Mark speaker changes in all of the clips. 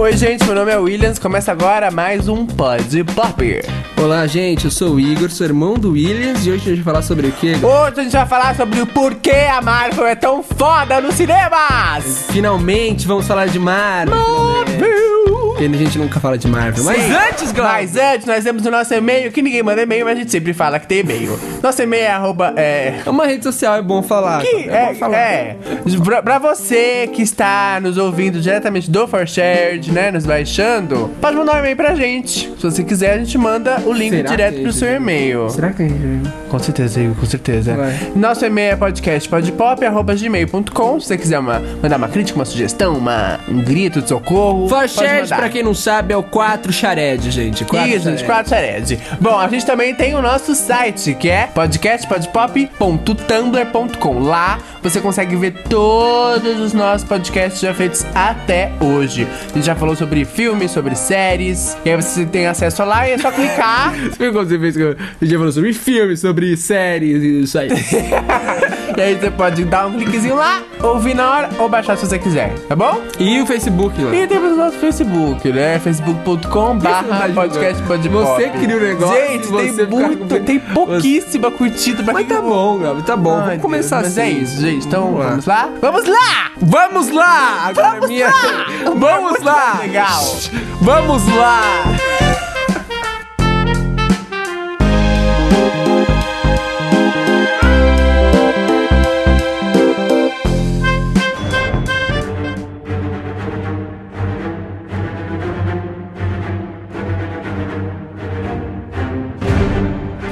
Speaker 1: Oi, gente, meu nome é Williams. Começa agora mais um Pod Pop.
Speaker 2: Olá, gente, eu sou o Igor, sou irmão do Williams e hoje a gente vai falar sobre o quê?
Speaker 1: Hoje a gente vai falar sobre o porquê a Marvel é tão foda nos cinemas.
Speaker 2: Finalmente vamos falar de Marvel!
Speaker 1: Marvel.
Speaker 2: Porque a gente nunca fala de Marvel, mas
Speaker 1: Sim.
Speaker 2: antes,
Speaker 1: Mas
Speaker 2: Glauco!
Speaker 1: antes, nós temos o nosso e-mail, que ninguém manda e-mail, mas a gente sempre fala que tem e-mail. Nosso e-mail é arroba... É...
Speaker 2: É uma rede social, é bom falar.
Speaker 1: Que,
Speaker 2: é,
Speaker 1: é,
Speaker 2: bom falar.
Speaker 1: é. Pra, pra você que está nos ouvindo diretamente do ForShared, né, nos baixando, pode mandar um e-mail pra gente. Se você quiser, a gente manda o link
Speaker 2: Será
Speaker 1: direto
Speaker 2: que
Speaker 1: pro
Speaker 2: existe?
Speaker 1: seu e-mail.
Speaker 2: Será que a gente...
Speaker 1: Com certeza, Igor, com certeza.
Speaker 2: Vai.
Speaker 1: Nosso e-mail é podcastpodpop.gmail.com. Se você quiser uma- mandar uma crítica, uma sugestão, uma- um grito de socorro. pode
Speaker 2: Forshared,
Speaker 1: mandar.
Speaker 2: pra quem não sabe, é o 4 Shared, gente. Quatro
Speaker 1: Isso, gente, 4
Speaker 2: Shared.
Speaker 1: Shared. Bom, a gente também tem o nosso site, que é podcastpodpop.tumblr.com. Lá você consegue ver todos os nossos podcasts já feitos até hoje. A gente já falou sobre filmes, sobre séries. E aí você tem acesso lá e é só clicar.
Speaker 2: Você viu quando você fez que eu- a gente falou sobre filmes, sobre séries e isso aí?
Speaker 1: E aí você pode dar um cliquezinho lá, ouvir na hora ou baixar se você quiser, tá bom?
Speaker 2: e o Facebook, lá?
Speaker 1: E temos o nosso Facebook, né? facebook.com barra podcast pode
Speaker 2: Você cria o negócio
Speaker 1: Gente,
Speaker 2: e você
Speaker 1: tem
Speaker 2: fica
Speaker 1: muito,
Speaker 2: com-
Speaker 1: tem pouquíssima curtida pra
Speaker 2: Mas
Speaker 1: quem
Speaker 2: tá
Speaker 1: não-
Speaker 2: bom, Gabi, tá bom.
Speaker 1: Ai,
Speaker 2: vamos
Speaker 1: Deus,
Speaker 2: começar
Speaker 1: Mas
Speaker 2: assim.
Speaker 1: é isso, gente. Então,
Speaker 2: Vamos lá.
Speaker 1: vamos lá? Vamos lá!
Speaker 2: Vamos lá! Agora é
Speaker 1: Vamos
Speaker 2: minha...
Speaker 1: lá!
Speaker 2: Vamos lá!
Speaker 1: Legal.
Speaker 2: Vamos lá!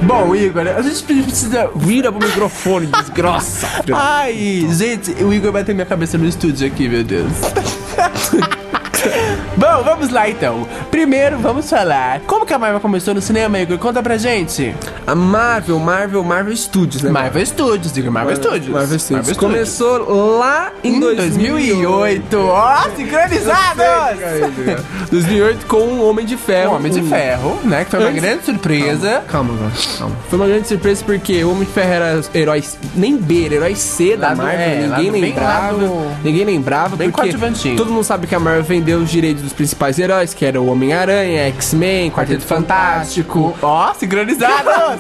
Speaker 1: Bom, Igor, a gente precisa...
Speaker 2: Vira pro microfone, desgraça!
Speaker 1: Ai, gente, o Igor bateu minha cabeça no estúdio aqui, meu Deus. Bom, vamos lá então. Primeiro, vamos falar. Como que a Marvel começou no cinema, Igor? Conta pra gente.
Speaker 2: A Marvel, Marvel, Marvel Studios, né?
Speaker 1: Marvel Studios, Igor. Marvel Studios.
Speaker 2: Marvel Studios. Começou lá em
Speaker 1: em
Speaker 2: 2008.
Speaker 1: 2008. Ó, sincronizados!
Speaker 2: 2008 com o Homem de
Speaker 1: É
Speaker 2: Ferro.
Speaker 1: o Homem de
Speaker 2: um-
Speaker 1: Ferro, né? Que foi uma
Speaker 2: Antes-
Speaker 1: grande surpresa.
Speaker 2: Calma, Val, calma. Foi uma grande surpresa porque o Homem de Ferro era herói nem B, era herói C da
Speaker 1: Lá do-
Speaker 2: Marvel,
Speaker 1: é, lá
Speaker 2: ninguém
Speaker 1: do- bem
Speaker 2: lembrava.
Speaker 1: lá do-
Speaker 2: Ninguém lembrava
Speaker 1: Bem
Speaker 2: porque
Speaker 1: coadjuvantinho.
Speaker 2: todo mundo sabe que a Marvel vendeu os direitos dos principais heróis, que era o Homem-Aranha, X-Men, Quarteto Fantástico.
Speaker 1: Ó, sincronizados!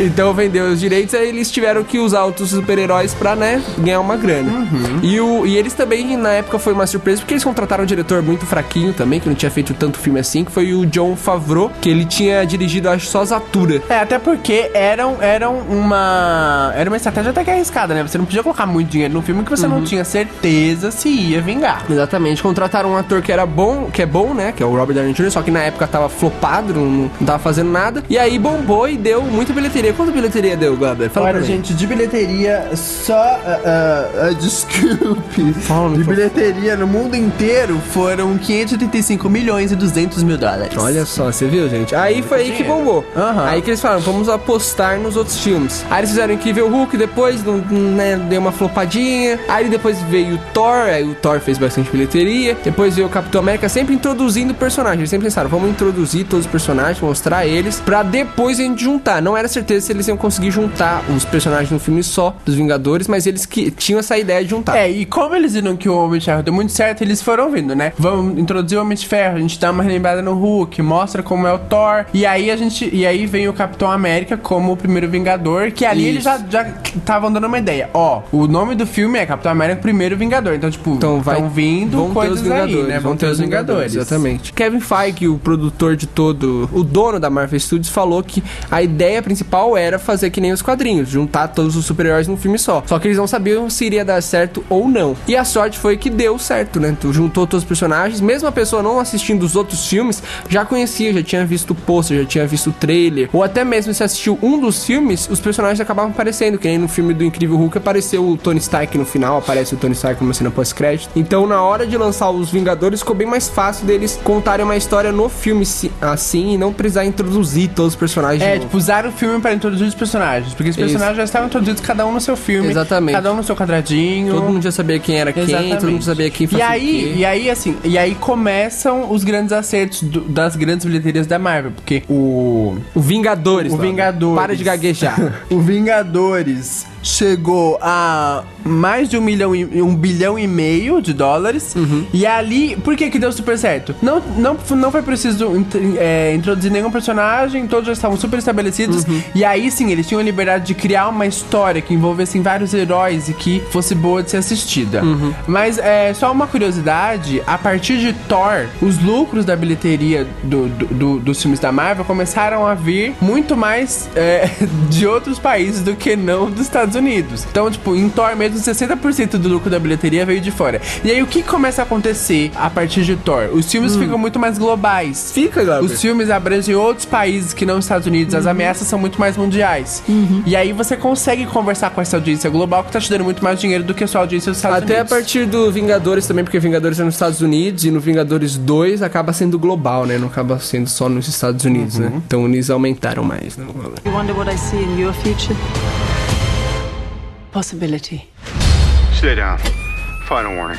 Speaker 2: Então vendeu os direitos, aí eles tiveram que usar outros super-heróis pra, né, ganhar uma grana. E, o, e eles também, na época, foi uma surpresa, porque eles contrataram um diretor muito fraquinho também, que não tinha feito tanto filme assim, que foi o John Favreau, que ele tinha dirigido, acho, só Zatura.
Speaker 1: É, até porque eram, eram uma. Era uma estratégia até que arriscada, né? Você não podia colocar muito dinheiro num filme que você não tinha certeza se ia vingar.
Speaker 2: Exatamente, contrataram um ator que era bom, que é bom, né? Que é o Robert Downey Jr., só que na época tava flopado, não, não tava fazendo nada. E aí bombou e deu muita bilheteria. Quanto bilheteria deu, Glauber? Fala pra mim.
Speaker 1: de bilheteria só. ah, desculpe.
Speaker 2: Fala no
Speaker 1: de
Speaker 2: microfone.
Speaker 1: bilheteria no mundo inteiro foram 585 milhões e 200 mil dólares.
Speaker 2: Olha só, você viu, gente? Aí foi aí que
Speaker 1: dinheiro.
Speaker 2: bombou.
Speaker 1: Aham.
Speaker 2: Aí que eles falaram, vamos apostar nos outros filmes. Aí eles fizeram Incrível Hulk, depois não- né, deu uma flopadinha. Aí depois veio o Thor, aí o Thor fez bastante bilheteria. Depois veio o Capitão América, sempre introduzindo personagens. Eles sempre pensaram, vamos introduzir todos os personagens, mostrar eles, pra depois a gente juntar. Não era certeza se eles iam conseguir juntar os personagens num filme só, dos Vingadores, mas eles que tinham essa ideia de juntar.
Speaker 1: É, e como eles viram que o Homem de Ferro deu muito certo, eles foram vindo, né? Vamos introduzir o Homem de Ferro, a gente dá uma relembrada no Hulk, mostra como é o Thor, e aí a gente. E aí vem o Capitão América como o primeiro Vingador, que ali eles já
Speaker 2: Isso.
Speaker 1: já estavam dando uma ideia. Ó, o nome do filme é Capitão América Primeiro Vingador. Então, tipo,
Speaker 2: Então vai
Speaker 1: tão vindo
Speaker 2: vão ter os
Speaker 1: coisas
Speaker 2: Vingadores,
Speaker 1: aí, né? Vão ter os Vingadores.
Speaker 2: Exatamente. Kevin Feige, o produtor de todo, o dono da Marvel Studios, falou que a ideia principal era fazer que nem os quadrinhos, juntar todos os super-heróis num filme só. Só que eles não sabiam se iria dar certo ou não. E a sorte foi que deu certo, né? Tu juntou todos os personagens, mesmo a pessoa não assistindo os outros filmes, já conhecia, já tinha visto o pôster, já tinha visto o trailer, ou até mesmo se assistiu um dos filmes, os personagens acabavam aparecendo, que nem no filme do Incrível Hulk apareceu o Tony Stark no final, aparece o Tony Stark como cena pós-crédito. Então, na hora de lançar os Vingadores, ficou bem mais fácil deles contarem uma história no filme se- assim e não precisar introduzir todos os personagens.
Speaker 1: É,
Speaker 2: de novo.
Speaker 1: tipo, usar o filme pra introduzir os personagens. Porque os
Speaker 2: Isso.
Speaker 1: personagens já estavam introduzidos, cada um no seu filme.
Speaker 2: Exatamente.
Speaker 1: Cada um no seu quadradinho.
Speaker 2: todo mundo já sabia quem era quem, todo mundo sabia quem
Speaker 1: e
Speaker 2: fazia o quê.
Speaker 1: aí, e aí, assim, e aí começam os grandes acertos do- das grandes bilheterias da Marvel, porque o.
Speaker 2: O Vingadores.
Speaker 1: O
Speaker 2: Laura.
Speaker 1: Vingadores.
Speaker 2: Para de gaguejar.
Speaker 1: O Vingadores chegou a mais de um milhão e um bilhão e meio de dólares.
Speaker 2: Uhum.
Speaker 1: E ali, por que que deu super certo? Não, não, não foi preciso int- é, introduzir nenhum personagem, todos já estavam super estabelecidos.
Speaker 2: Uhum.
Speaker 1: E aí sim, eles tinham a liberdade de criar uma história que envolvessem vários heróis e que fosse boa de ser assistida.
Speaker 2: Uhum.
Speaker 1: Mas é só uma curiosidade: a partir de Thor, os lucros da bilheteria do, do- do- dos filmes da Marvel começaram a vir muito mais é, de outros países do que não dos Estados Unidos. Então, tipo, em Thor mesmo, 60% do lucro da bilheteria veio de fora. E aí, o que começa a acontecer a partir de Thor? Os filmes
Speaker 2: Hum.
Speaker 1: ficam muito mais globais.
Speaker 2: Fica, Gabriel.
Speaker 1: Os filmes abrangem outros países que não os Estados Unidos.
Speaker 2: Uhum.
Speaker 1: As ameaças são muito mais mundiais. E aí você consegue conversar com essa audiência global que tá te dando muito mais dinheiro do que a sua audiência dos Estados
Speaker 2: Até a
Speaker 1: Unidos.
Speaker 2: partir do Vingadores também, porque Vingadores é nos Estados Unidos e no Vingadores 2 acaba sendo global, né? Não acaba sendo só nos Estados Unidos, né? Então eles aumentaram mais, né?
Speaker 3: You wonder what I see in your future? Possibility.
Speaker 4: Sit down. Final warning.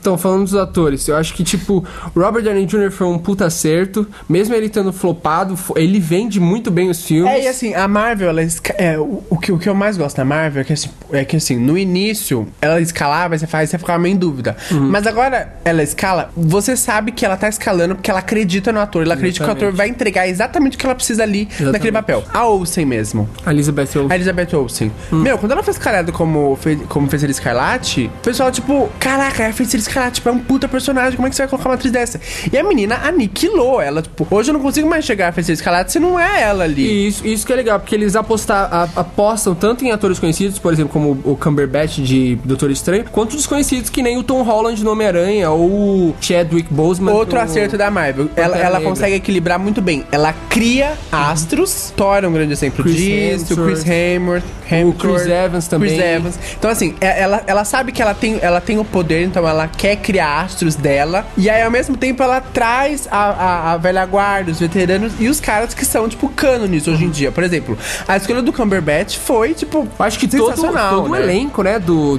Speaker 2: Então, falando dos atores, eu acho que, tipo, o Robert Downey Jr. foi um puta acerto. Mesmo ele tendo flopado, fo- ele vende muito bem os filmes.
Speaker 1: É, e assim, a Marvel, ela esca- é, o, o que, o que eu mais gosto da Marvel é que, assim, é que, assim, no início, ela escalava, você faz, você ficava meio em dúvida. Mas agora ela escala, você sabe que ela tá escalando porque ela acredita no ator, ela acredita que o ator vai entregar exatamente o que ela precisa ali naquele papel. A Olsen mesmo.
Speaker 2: A Elizabeth Olsen.
Speaker 1: A Elizabeth Olsen. Meu, quando ela foi escalada como, fe- como Feiticeira Escarlate, o pessoal, tipo, caraca, é a Feiticeira Escarlate, tipo, é um puta personagem, como é que você vai colocar uma atriz dessa? E a menina aniquilou ela, tipo, hoje eu não consigo mais chegar a Feiticeira Escarlate se não é ela ali.
Speaker 2: E isso, isso que é legal, porque eles apostar, a- apostam tanto em atores conhecidos, por exemplo, como o Cumberbatch de Doutor Estranho, quanto desconhecidos que nem o Tom Holland no Homem-Aranha ou o Chadwick Boseman.
Speaker 1: Outro
Speaker 2: no-
Speaker 1: acerto da Marvel. Ela,
Speaker 2: Pantera
Speaker 1: ela
Speaker 2: Negra.
Speaker 1: consegue equilibrar muito bem. Ela cria astros. Thor é um grande exemplo
Speaker 2: Chris
Speaker 1: disso. o Chris
Speaker 2: Hemsworth.
Speaker 1: Hemsworth.
Speaker 2: Chris Evans também.
Speaker 1: Chris Evans. Então, assim, é- ela, ela sabe que ela tem, ela tem o poder, então ela quer criar astros dela. E aí, ao mesmo tempo, ela traz a, a, a velha guarda, os veteranos e os caras que são, tipo, cânones hoje em dia. Por exemplo, a escolha do Cumberbatch foi, tipo,
Speaker 2: Eu Acho que todo,
Speaker 1: sensacional,
Speaker 2: todo o
Speaker 1: né?
Speaker 2: elenco, né, do, do,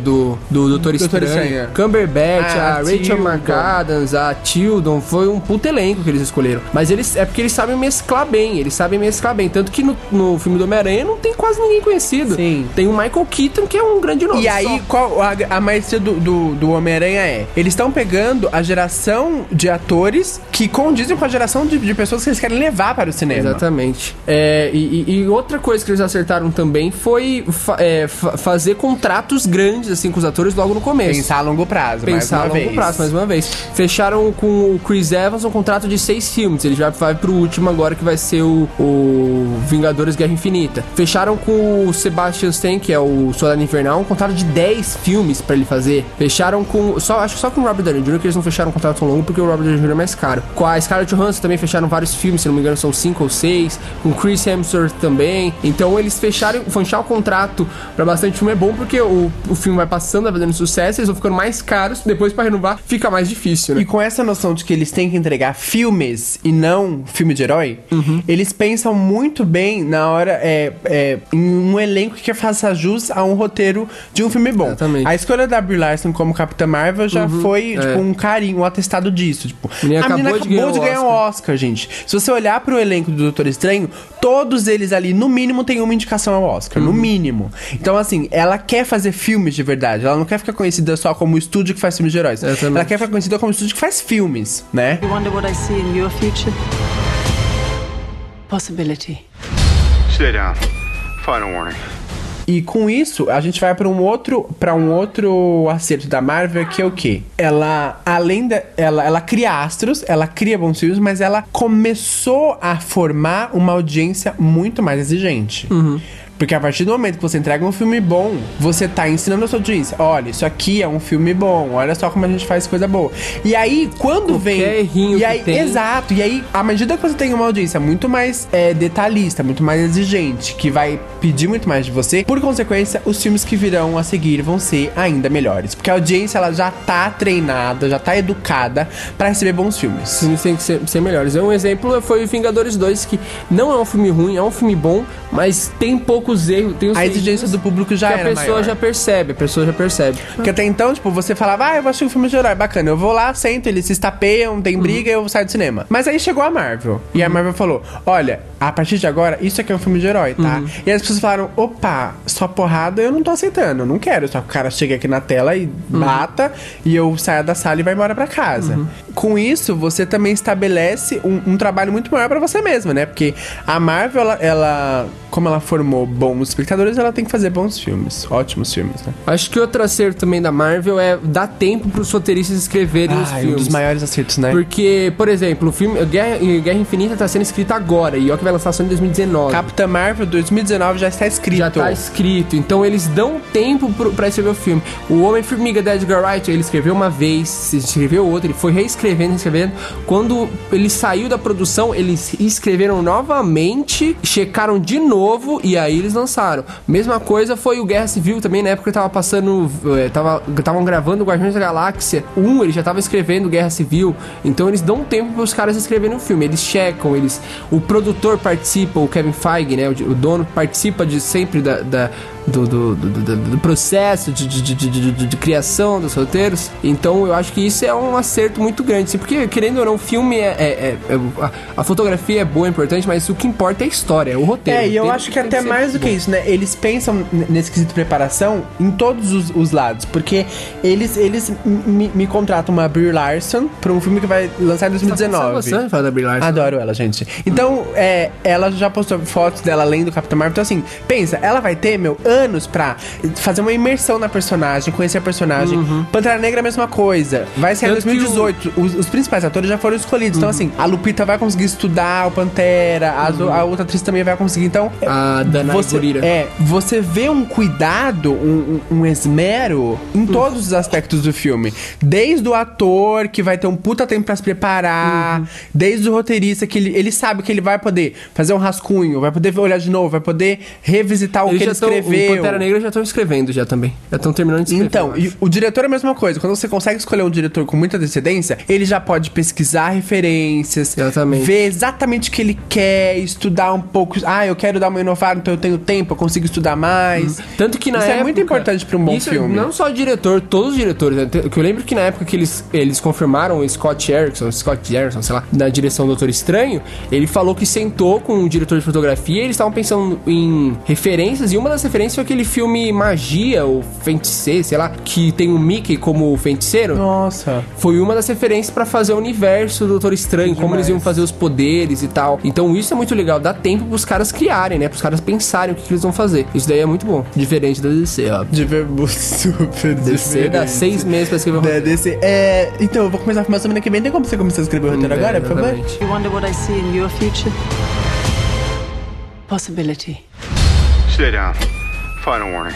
Speaker 2: do Doutor
Speaker 1: Doutor
Speaker 2: Estranho,
Speaker 1: Estranho.
Speaker 2: Cumberbatch,
Speaker 1: Ah,
Speaker 2: a, Rachel
Speaker 1: Tildon.
Speaker 2: McAdams, a Tildon, foi um puto elenco que eles escolheram. Mas eles é porque eles sabem mesclar bem, eles sabem mesclar bem. Tanto que no, no filme do Homem-Aranha não tem quase ninguém conhecido.
Speaker 1: Sim.
Speaker 2: Tem o Michael Keaton, que é um grande nome.
Speaker 1: E aí, qual a, a maestria do, do, do Homem-Aranha é? Eles estão pegando a geração de atores que condizem com a geração de, de pessoas que eles querem levar para o cinema.
Speaker 2: Exatamente. É, e, e- e outra coisa que eles acertaram também foi fa- é, fa- fazer contratos grandes assim com os atores logo no começo.
Speaker 1: Pensar a longo prazo,
Speaker 2: Pensar a
Speaker 1: mais uma
Speaker 2: longo
Speaker 1: vez.
Speaker 2: prazo, mais uma vez. Fecharam com o Chris Evans um contrato de seis filmes. Ele já vai pro último agora, que vai ser o, o Vingadores Guerra Infinita. Fecharam com o Sebastian Stan, que é o Soldado Invernal, um contrato de 10 filmes pra ele fazer. Fecharam com... Só, acho que só com o Robert Downey Jr. que eles não fecharam um contrato tão longo, porque o Robert Downey Jr. é mais caro. Com a Scarlett Johansson também fecharam vários filmes, se não me engano são cinco ou seis. Com o Chris Hemsworth também. Então eles fecharam, fechar o contrato pra bastante filme é bom, porque o, o filme vai passando, vai fazendo sucesso, eles vão ficando mais caros, depois pra renovar fica mais difícil, né?
Speaker 1: E com essa noção de que eles têm que entregar filmes e não filme de herói,
Speaker 2: Uhum.
Speaker 1: eles pensam muito bem na hora é, é, em um elenco que faça jus a um roteiro de um filme bom.
Speaker 2: Exatamente. Uhum. É.
Speaker 1: A escolha da Brie Larson como Capitã Marvel já foi tipo, um carinho, um atestado disso. Tipo,
Speaker 2: Menina
Speaker 1: a menina
Speaker 2: acabou de ganhar
Speaker 1: acabou de
Speaker 2: o
Speaker 1: ganhar um Oscar. gente. Se você olhar pro elenco do Doutor Estranho, todos eles ali, no mínimo, tem uma indicação ao Oscar. No mínimo. Então, assim, ela quer fazer filmes de verdade. Ela não quer ficar conhecida só como o estúdio que faz filmes de heróis.
Speaker 2: Exatamente.
Speaker 1: Ela quer ficar conhecida como o estúdio que faz filmes, né?
Speaker 3: You wonder what I see in your future? Possibility.
Speaker 4: Sit down. Final warning.
Speaker 1: E com isso, a gente vai para um outro para um outro acerto da Marvel, que é o quê? Ela além da ela, ela cria astros, ela cria bons filmes, mas ela começou a formar uma audiência muito mais exigente.
Speaker 2: Uhum.
Speaker 1: Porque a partir do momento que você entrega um filme bom, você tá ensinando a sua audiência. Olha, isso aqui é um filme bom. Olha só como a gente faz coisa boa. E aí, quando vem.
Speaker 2: errinho
Speaker 1: e
Speaker 2: que
Speaker 1: aí,
Speaker 2: tem.
Speaker 1: exa- Exato, e aí, à medida que você tem uma audiência muito mais é, detalhista, muito mais exigente, que vai pedir muito mais de você, por consequência, os filmes que virão a seguir vão ser ainda melhores. Porque a audiência, ela já tá treinada, já tá educada pra receber bons filmes.
Speaker 2: filmes têm que ser, ser melhores. Um exemplo foi o Vingadores 2, que não é um filme ruim, é um filme bom, mas tem pouco poucos erros, tem os
Speaker 1: A exigência do público já
Speaker 2: que a
Speaker 1: era
Speaker 2: pessoa
Speaker 1: maior.
Speaker 2: já percebe, a pessoa já percebe.
Speaker 1: Porque até então, tipo, você falava, ah, eu vou assistir um filme de herói, bacana. Eu vou lá, sento, eles se estapeiam, tem briga, eu saio do cinema. Mas aí chegou a Marvel. E a Marvel falou, olha, a partir de agora, isso aqui é um filme de herói, tá? E as pessoas falaram, opa, só porrada eu não tô aceitando, eu não quero. Só que o cara chega aqui na tela e mata, e eu saio da sala e vai embora pra casa. Com isso, você também estabelece um, um trabalho muito maior pra você mesma, né? Porque a Marvel, ela, ela, como ela formou bons espectadores, ela tem que fazer bons filmes, ótimos filmes, né?
Speaker 2: Acho que outro acerto também da Marvel é dar tempo pros roteiristas escreverem os
Speaker 1: Ah, um
Speaker 2: filmes.
Speaker 1: dos maiores acertos, né?
Speaker 2: Porque, por exemplo, o filme Guerra, Guerra Infinita tá sendo escrito agora e ó que vai lançar só em 2019.
Speaker 1: Capitã Marvel 2019 já está escrito.
Speaker 2: Já tá escrito. Então eles dão tempo pro, pra escrever o filme. O Homem-Formiga da Edgar Wright, ele escreveu uma vez, se escreveu outra, ele foi reescrevendo, reescrevendo. Quando ele saiu da produção, eles escreveram novamente, checaram de novo e aí eles lançaram. Mesma coisa foi o Guerra Civil também, na época que tava passando. eh, Tava Estavam gravando Guardiões da Galáxia 1, ele já tava escrevendo Guerra Civil. Então eles dão tempo pros caras escreverem o filme. Eles checam, eles. O produtor participa, o Kevin Feige, né? O, o dono participa de sempre da. da- do, do, do- do- do processo de, de, de- de- de- de- de criação dos roteiros. Então eu acho que isso é um acerto muito grande. assim, Porque, querendo ou não, o filme é. é- é- é- a, a fotografia é boa, é importante, mas o que importa é a história, é o roteiro.
Speaker 1: É, e eu
Speaker 2: Tem-
Speaker 1: acho que
Speaker 2: tem
Speaker 1: até
Speaker 2: ser
Speaker 1: mais do que
Speaker 2: bom.
Speaker 1: isso, né? Eles pensam n- nesse quesito preparação em todos os, os lados. Porque eles, eles m- me, me contratam uma Brie Larson pra um filme que vai
Speaker 2: é
Speaker 1: lançar em
Speaker 2: Sabe
Speaker 1: 2019.
Speaker 2: bastante falar da Brie Larson?
Speaker 1: Adoro ela, gente. Então, é, ela já postou fotos dela além do Capitão Marvel. Então, assim, pensa, ela vai ter, meu, anos pra fazer uma imersão na personagem, conhecer a personagem. Pantera Negra é a mesma coisa. Vai ser em
Speaker 2: Uhum. Tanto que Uhum.
Speaker 1: 2018. Os, os principais atores já foram escolhidos. Então, assim, a Lupita vai conseguir estudar o Pantera, as- a outra atriz também vai conseguir. Então,
Speaker 2: A Danai
Speaker 1: você,
Speaker 2: Gurira.
Speaker 1: é, você vê um cuidado, um, um- um esmero em todos os aspectos do filme. Desde o ator, que vai ter um puta tempo pra se preparar, desde o roteirista, que ele, ele sabe que ele vai poder fazer um rascunho, vai poder olhar de novo, vai poder revisitar o que ele
Speaker 2: já tão-
Speaker 1: escreveu.
Speaker 2: o Pantera Negra já estão escrevendo já também. Já estão terminando de escrever.
Speaker 1: Então,
Speaker 2: eu acho.
Speaker 1: e o diretor é a mesma coisa. Quando você consegue escolher um diretor com muita antecedência, ele já pode pesquisar referências,
Speaker 2: Exatamente.
Speaker 1: ver exatamente o que ele quer, estudar um pouco. Ah, eu quero dar uma inovada, então eu tenho tempo, eu consigo estudar mais.
Speaker 2: Tanto que na
Speaker 1: Isso
Speaker 2: época.
Speaker 1: é muito importante pra um bom
Speaker 2: isso
Speaker 1: filme.
Speaker 2: Não só o diretor, todos os diretores. né? Te- Que eu lembro que na época que eles, eles confirmaram o Scott Erickson, Scott Erickson, sei lá, na direção do Doutor Estranho, ele falou que sentou com o diretor de fotografia e eles estavam pensando em referências. E uma das referências foi aquele filme Magia, ou Feiticeiro, sei lá, que tem o Mickey como feiticeiro.
Speaker 1: Nossa.
Speaker 2: Foi uma das referências pra fazer o universo do Doutor Estranho, como eles iam fazer os poderes e tal. Então isso é muito legal, dá tempo pros caras criarem, né? Pros caras pensarem o que, que eles vão fazer. Isso daí é muito bom. Diferente da DC, ó.
Speaker 1: De ver super
Speaker 2: DC dá
Speaker 1: diferente.
Speaker 2: seis meses pra escrever o
Speaker 1: Da
Speaker 2: roteiro.
Speaker 1: DC. É, então, eu vou começar a filmar semana que vem. Tem como você começar a escrever o roteiro
Speaker 2: É,
Speaker 1: agora, por favor?
Speaker 2: exatamente.
Speaker 3: You wonder what I see in your future? Possibility.
Speaker 4: Stay down. Final warning.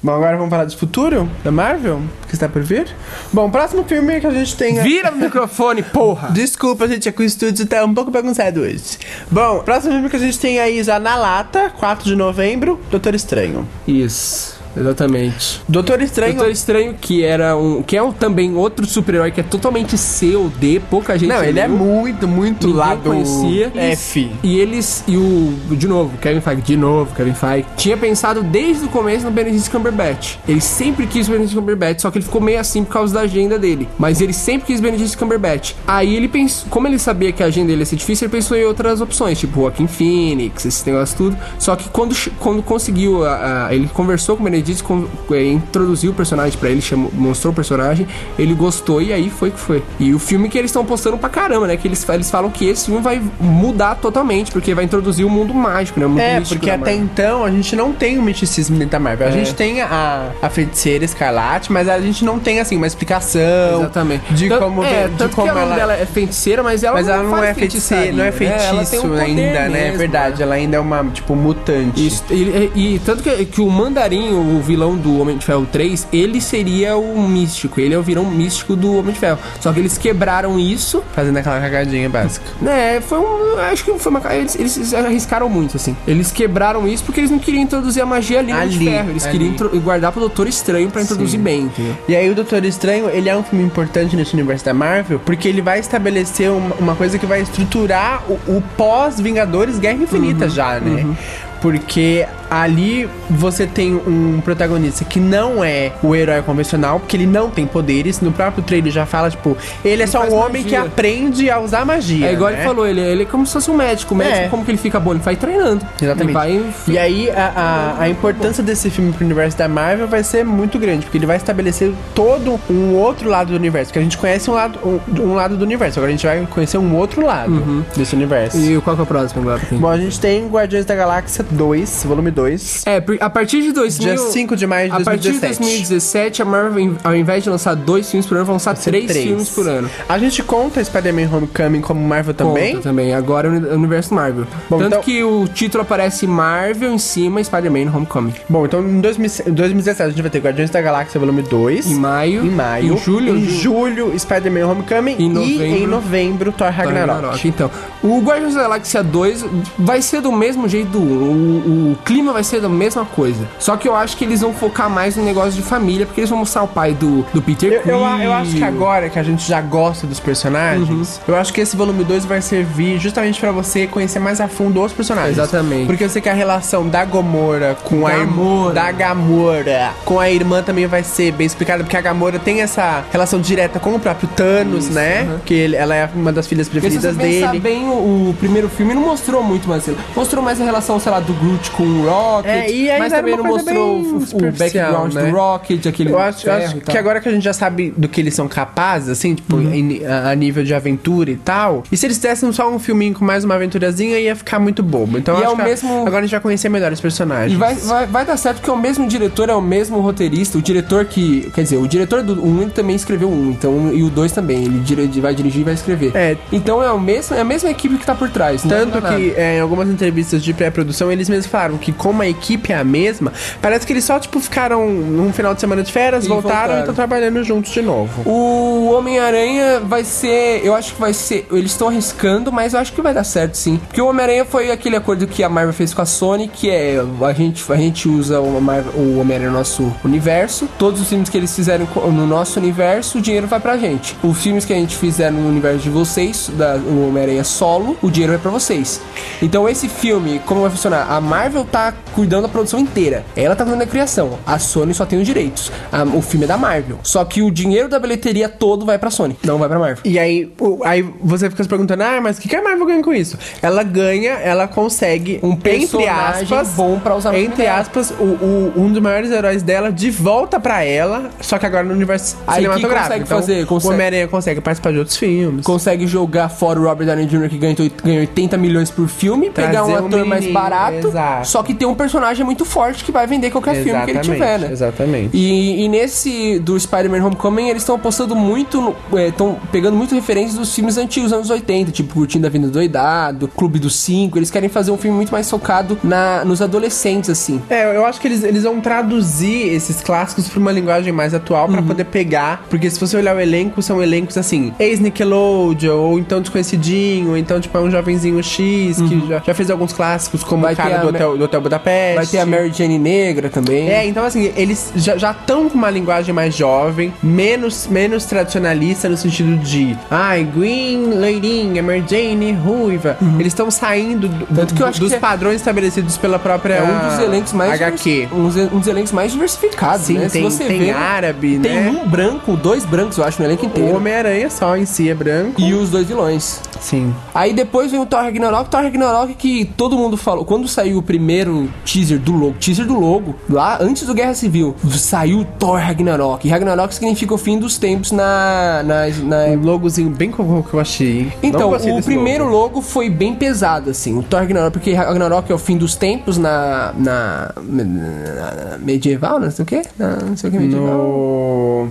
Speaker 1: Bom, agora vamos falar do futuro da Marvel, que está por vir. Bom, o próximo filme que a gente tem...
Speaker 2: Vira o microfone, porra!
Speaker 1: Desculpa, gente, é que o estúdio tá um pouco bagunçado hoje. Bom, próximo filme que a gente tem aí já na lata, 4 de novembro, Doutor Estranho.
Speaker 2: Isso, exatamente.
Speaker 1: Doutor Estranho.
Speaker 2: Doutor Estranho, que era um. que é um, também outro super-herói que é totalmente seu, D, pouca gente.
Speaker 1: Não, ele é
Speaker 2: viu.
Speaker 1: muito, muito
Speaker 2: Ninguém
Speaker 1: lá do
Speaker 2: conhecia.
Speaker 1: F.
Speaker 2: E eles, e o, de novo, Kevin Feige, de novo, Kevin Feige, tinha pensado desde o começo no Benedict Cumberbatch. Ele sempre quis o Benedict Cumberbatch, só que ele ficou meio assim por causa da agenda dele. Mas ele sempre quis o Benedict Cumberbatch. Aí ele pensou, como ele sabia que a agenda dele ia ser difícil, ele pensou em outras opções, tipo Joaquin Phoenix, esse negócio tudo. Só que quando, che- quando conseguiu, a- a- ele conversou com o Benedict, con- eh, introduziu o personagem pra ele, chamou- mostrou o personagem, ele gostou e aí foi que foi. E o filme que eles estão postando pra caramba, né? Que eles, fa- eles falam que esse filme vai mudar totalmente, porque vai introduzir o mundo mágico, né? O mundo
Speaker 1: É,
Speaker 2: místico
Speaker 1: porque
Speaker 2: da
Speaker 1: até
Speaker 2: Marvel. É.
Speaker 1: então a gente não tem o misticismo dentro da Marvel. A gente tem a, a feiticeira escarlate, mas a gente não tem, assim, uma explicação
Speaker 2: Exatamente.
Speaker 1: de
Speaker 2: Tan-
Speaker 1: como,
Speaker 2: é,
Speaker 1: de
Speaker 2: tanto
Speaker 1: como
Speaker 2: que ela... dela é feiticeira, mas ela
Speaker 1: Mas
Speaker 2: não
Speaker 1: ela não,
Speaker 2: faz
Speaker 1: é feiticeira, não é feitiço
Speaker 2: feitiçaria, né? Ela tem um poder
Speaker 1: ainda, né? É
Speaker 2: mesmo,
Speaker 1: verdade, ela ainda é uma, tipo, mutante.
Speaker 2: Isso, ele- e, e tanto que, que o Mandarim, o vilão do Homem de Ferro 3, ele seria o místico, ele é o vilão místico do Homem de Ferro. Só que eles quebraram isso,
Speaker 1: Fazendo aquela cagadinha básica.
Speaker 2: né? Foi um. Acho que foi uma. ca- Eles, eles arriscaram muito, assim. Eles quebraram isso porque eles não queriam introduzir a magia ali no Homem de
Speaker 1: Ali,
Speaker 2: Ferro. Eles
Speaker 1: ali.
Speaker 2: queriam intro- guardar pro Doutor Estranho pra introduzir bem, entendeu?
Speaker 1: E aí o Doutor Estranho, ele é um filme importante nesse universo da Marvel, porque ele vai estabelecer uma, uma coisa que
Speaker 2: Uhum.
Speaker 1: vai estruturar o, o pós-Vingadores Guerra Infinita já, né? Porque ali você tem um protagonista que não é o herói convencional, porque ele não tem poderes. No próprio trailer já fala, tipo, ele é só
Speaker 2: faz
Speaker 1: um homem
Speaker 2: magia.
Speaker 1: que aprende a usar magia.
Speaker 2: É igual
Speaker 1: né?
Speaker 2: ele falou, ele, ele é como se fosse um médico. O médico,
Speaker 1: É.
Speaker 2: como que ele fica bom? Ele vai treinando. Ele
Speaker 1: Exatamente.
Speaker 2: vai
Speaker 1: E é aí, a, a, a importância desse filme pro universo da Marvel vai ser muito grande, porque ele vai estabelecer todo um outro lado do universo. Porque a gente conhece um lado, um, um lado do universo, agora a gente vai conhecer um outro lado desse universo.
Speaker 2: Uhum. E qual que é o próximo agora? Pim?
Speaker 1: Bom, a gente tem Guardiões da Galáxia 2, volume 2.
Speaker 2: É, por- a partir de 2000...
Speaker 1: Dia 5 de maio de
Speaker 2: A partir de
Speaker 1: 2017.
Speaker 2: 2017, a Marvel, em- ao invés de lançar dois filmes por ano, vai lançar três,
Speaker 1: Três.
Speaker 2: filmes por ano.
Speaker 1: A gente conta Spider-Man Homecoming como Marvel também.
Speaker 2: Conta também. Agora é o uni- universo Marvel.
Speaker 1: Bom,
Speaker 2: Tanto
Speaker 1: então-
Speaker 2: que o título aparece Marvel em cima e Spider-Man Homecoming.
Speaker 1: Bom, então em 2000 em 2017 a gente vai ter Guardiões da Galáxia volume 2.
Speaker 2: Em maio.
Speaker 1: Em maio.
Speaker 2: Em julho.
Speaker 1: Em julho, Spider-Man Homecoming.
Speaker 2: Em
Speaker 1: E em
Speaker 2: novembro,
Speaker 1: novembro, Thor Ragnarok.
Speaker 2: Então, o Guardiões da Galáxia 2 vai ser do mesmo jeito do 1. O, o clima vai ser da mesma coisa. Só que eu acho que eles vão focar mais no negócio de família, porque eles vão mostrar o pai do, do Peter
Speaker 1: Eu, eu, a- eu acho que
Speaker 2: Quill.
Speaker 1: agora que a gente já gosta dos personagens,
Speaker 2: Uhum.
Speaker 1: eu acho que esse volume 2 vai servir justamente pra você conhecer mais a fundo os personagens.
Speaker 2: Exatamente.
Speaker 1: Porque eu sei que a relação da Gomorra com a irmã
Speaker 2: Gamora.
Speaker 1: da Gamora com a irmã também vai ser bem explicada, porque a Gamora tem essa relação direta com o próprio Thanos, né? Que ele- ela é uma das filhas
Speaker 2: Porque se você
Speaker 1: preferidas
Speaker 2: pensar
Speaker 1: dele.
Speaker 2: bem, o, o primeiro filme não mostrou muito mais ele. Mostrou mais a relação, sei lá, do Groot com o Rocket.
Speaker 1: É, e ainda
Speaker 2: mas
Speaker 1: era
Speaker 2: também
Speaker 1: uma
Speaker 2: não
Speaker 1: coisa
Speaker 2: mostrou
Speaker 1: bem
Speaker 2: o- o
Speaker 1: superficial,
Speaker 2: background
Speaker 1: né?
Speaker 2: do Rocket, aquele
Speaker 1: Eu acho, eu
Speaker 2: Hum, ferro
Speaker 1: acho
Speaker 2: e tal. Uhum.
Speaker 1: que agora que a gente já sabe do que eles são capazes, assim, tipo, em- a, a nível de aventura e tal. E se eles dessem só um filminho com mais uma aventurazinha, ia ficar muito bobo. Então
Speaker 2: E
Speaker 1: eu
Speaker 2: é
Speaker 1: acho
Speaker 2: o
Speaker 1: que a-
Speaker 2: mesmo-
Speaker 1: agora a gente vai conhecer melhor os personagens.
Speaker 2: E vai, vai, vai dar certo porque é o mesmo diretor, é o mesmo roteirista. O diretor que. Quer dizer, o diretor do 1 ele também escreveu um, então, e o 2 também. Ele dire- vai dirigir e vai escrever.
Speaker 1: É.
Speaker 2: Então é, o mesmo, é a mesma equipe que tá por trás. não
Speaker 1: Tanto
Speaker 2: muda nada.
Speaker 1: que é, em algumas entrevistas de pré-produção eles mesmos falaram que como a equipe é a mesma, parece que eles só tipo ficaram num final de semana de férias,
Speaker 2: E
Speaker 1: voltaram, e
Speaker 2: voltaram.
Speaker 1: estão trabalhando juntos de novo.
Speaker 2: O Homem-Aranha vai ser. Eu acho que vai ser. Eles estão arriscando, mas eu acho que vai dar certo sim. Porque o Homem-Aranha foi aquele acordo que a Marvel fez com a Sony, que é. A gente, a gente usa o, Mar- o Homem-Aranha no nosso universo. Todos os filmes que eles fizeram co- no nosso universo, o dinheiro vai pra gente. Os filmes que a gente fizer no universo de vocês, da, o Homem-Aranha solo, o dinheiro vai pra vocês. Então esse filme, como vai funcionar? A Marvel tá cuidando da produção inteira. Ela tá cuidando da criação. A Sony só tem os direitos. A- o filme é da Marvel. Só que o dinheiro da bilheteria todo vai pra Sony, não vai pra Marvel.
Speaker 1: E aí, o- aí você fica se perguntando, ah, mas o que, que a Marvel ganha com isso? Ela ganha, ela consegue
Speaker 2: Um
Speaker 1: entre
Speaker 2: personagem
Speaker 1: aspas,
Speaker 2: bom pra usar no filme
Speaker 1: entre
Speaker 2: dela.
Speaker 1: aspas, o, o- um dos maiores heróis dela de volta pra ela, só que agora no universo
Speaker 2: Aí que
Speaker 1: cinematográfico. Então,
Speaker 2: consegue fazer,
Speaker 1: O
Speaker 2: consegue.
Speaker 1: Homem-Aranha consegue participar de outros filmes.
Speaker 2: Consegue jogar fora o Robert Downey Jr. que ganha, oit- ganha 80 milhões por filme, pegar um
Speaker 1: Trazer um
Speaker 2: ator mais
Speaker 1: menino,
Speaker 2: barato,
Speaker 1: exato.
Speaker 2: só que tem um personagem muito forte que vai vender qualquer filme que ele tiver, né?
Speaker 1: Exatamente.
Speaker 2: E, e nesse do Spider-Man Homecoming, eles estão apostando muito, estão pegando muito referências dos filmes antigos, anos 80, tipo Curtindo a Vida Doidado, Clube dos Cinco. Eles querem fazer um filme muito mais focado na, nos adolescentes, assim.
Speaker 1: É, eu acho que eles, eles vão traduzir esses clássicos pra uma linguagem mais atual
Speaker 2: Uhum.
Speaker 1: pra poder pegar. Porque se você olhar o elenco, são elencos assim, ex-Nickelodeon, ou então desconhecidinho, ou então, tipo, é um jovenzinho X que já, já fez alguns clássicos, como
Speaker 2: Uhum. Vai
Speaker 1: o
Speaker 2: ter
Speaker 1: cara
Speaker 2: a
Speaker 1: do
Speaker 2: Ma-
Speaker 1: hotel, do hotel Budapeste.
Speaker 2: Vai ter a Mary Jane Negra também.
Speaker 1: É, então assim, eles já estão com uma linguagem mais jovem, menos, menos tradicionalista no sentido de ai, Green, loirinha, Mary Jane, ruiva. Eles estão saindo do-
Speaker 2: Uhum. Tanto que eu acho
Speaker 1: dos
Speaker 2: que é-
Speaker 1: padrões estabelecidos pela própria
Speaker 2: É um dos elencos mais
Speaker 1: HQ.
Speaker 2: diversi- Um, dos- um dos elencos mais diversificados,
Speaker 1: Sim,
Speaker 2: né?
Speaker 1: tem, tem árabe,
Speaker 2: tem
Speaker 1: né?
Speaker 2: um branco, dois brancos, eu acho, no elenco
Speaker 1: O
Speaker 2: inteiro.
Speaker 1: Homem-Aranha só em si é branco.
Speaker 2: E os dois vilões.
Speaker 1: Sim.
Speaker 2: Aí depois vem o Thor Ragnarok, Thor Ragnarok que todo mundo falou. Quando saiu o primeiro teaser do logo, teaser do logo, lá antes do Guerra Civil, saiu Thor Ragnarok. E Ragnarok significa o fim dos tempos na. na, na-
Speaker 1: Um logozinho bem cocô que eu achei. Não
Speaker 2: Então,
Speaker 1: gostei
Speaker 2: o
Speaker 1: desse
Speaker 2: primeiro
Speaker 1: logo.
Speaker 2: logo. foi bem pesado, assim. O Thor Ragnarok, porque Ragnarok é o fim dos tempos na. na. na- na- medieval, né? não sei o quê? Na- não sei o que medieval.
Speaker 1: No.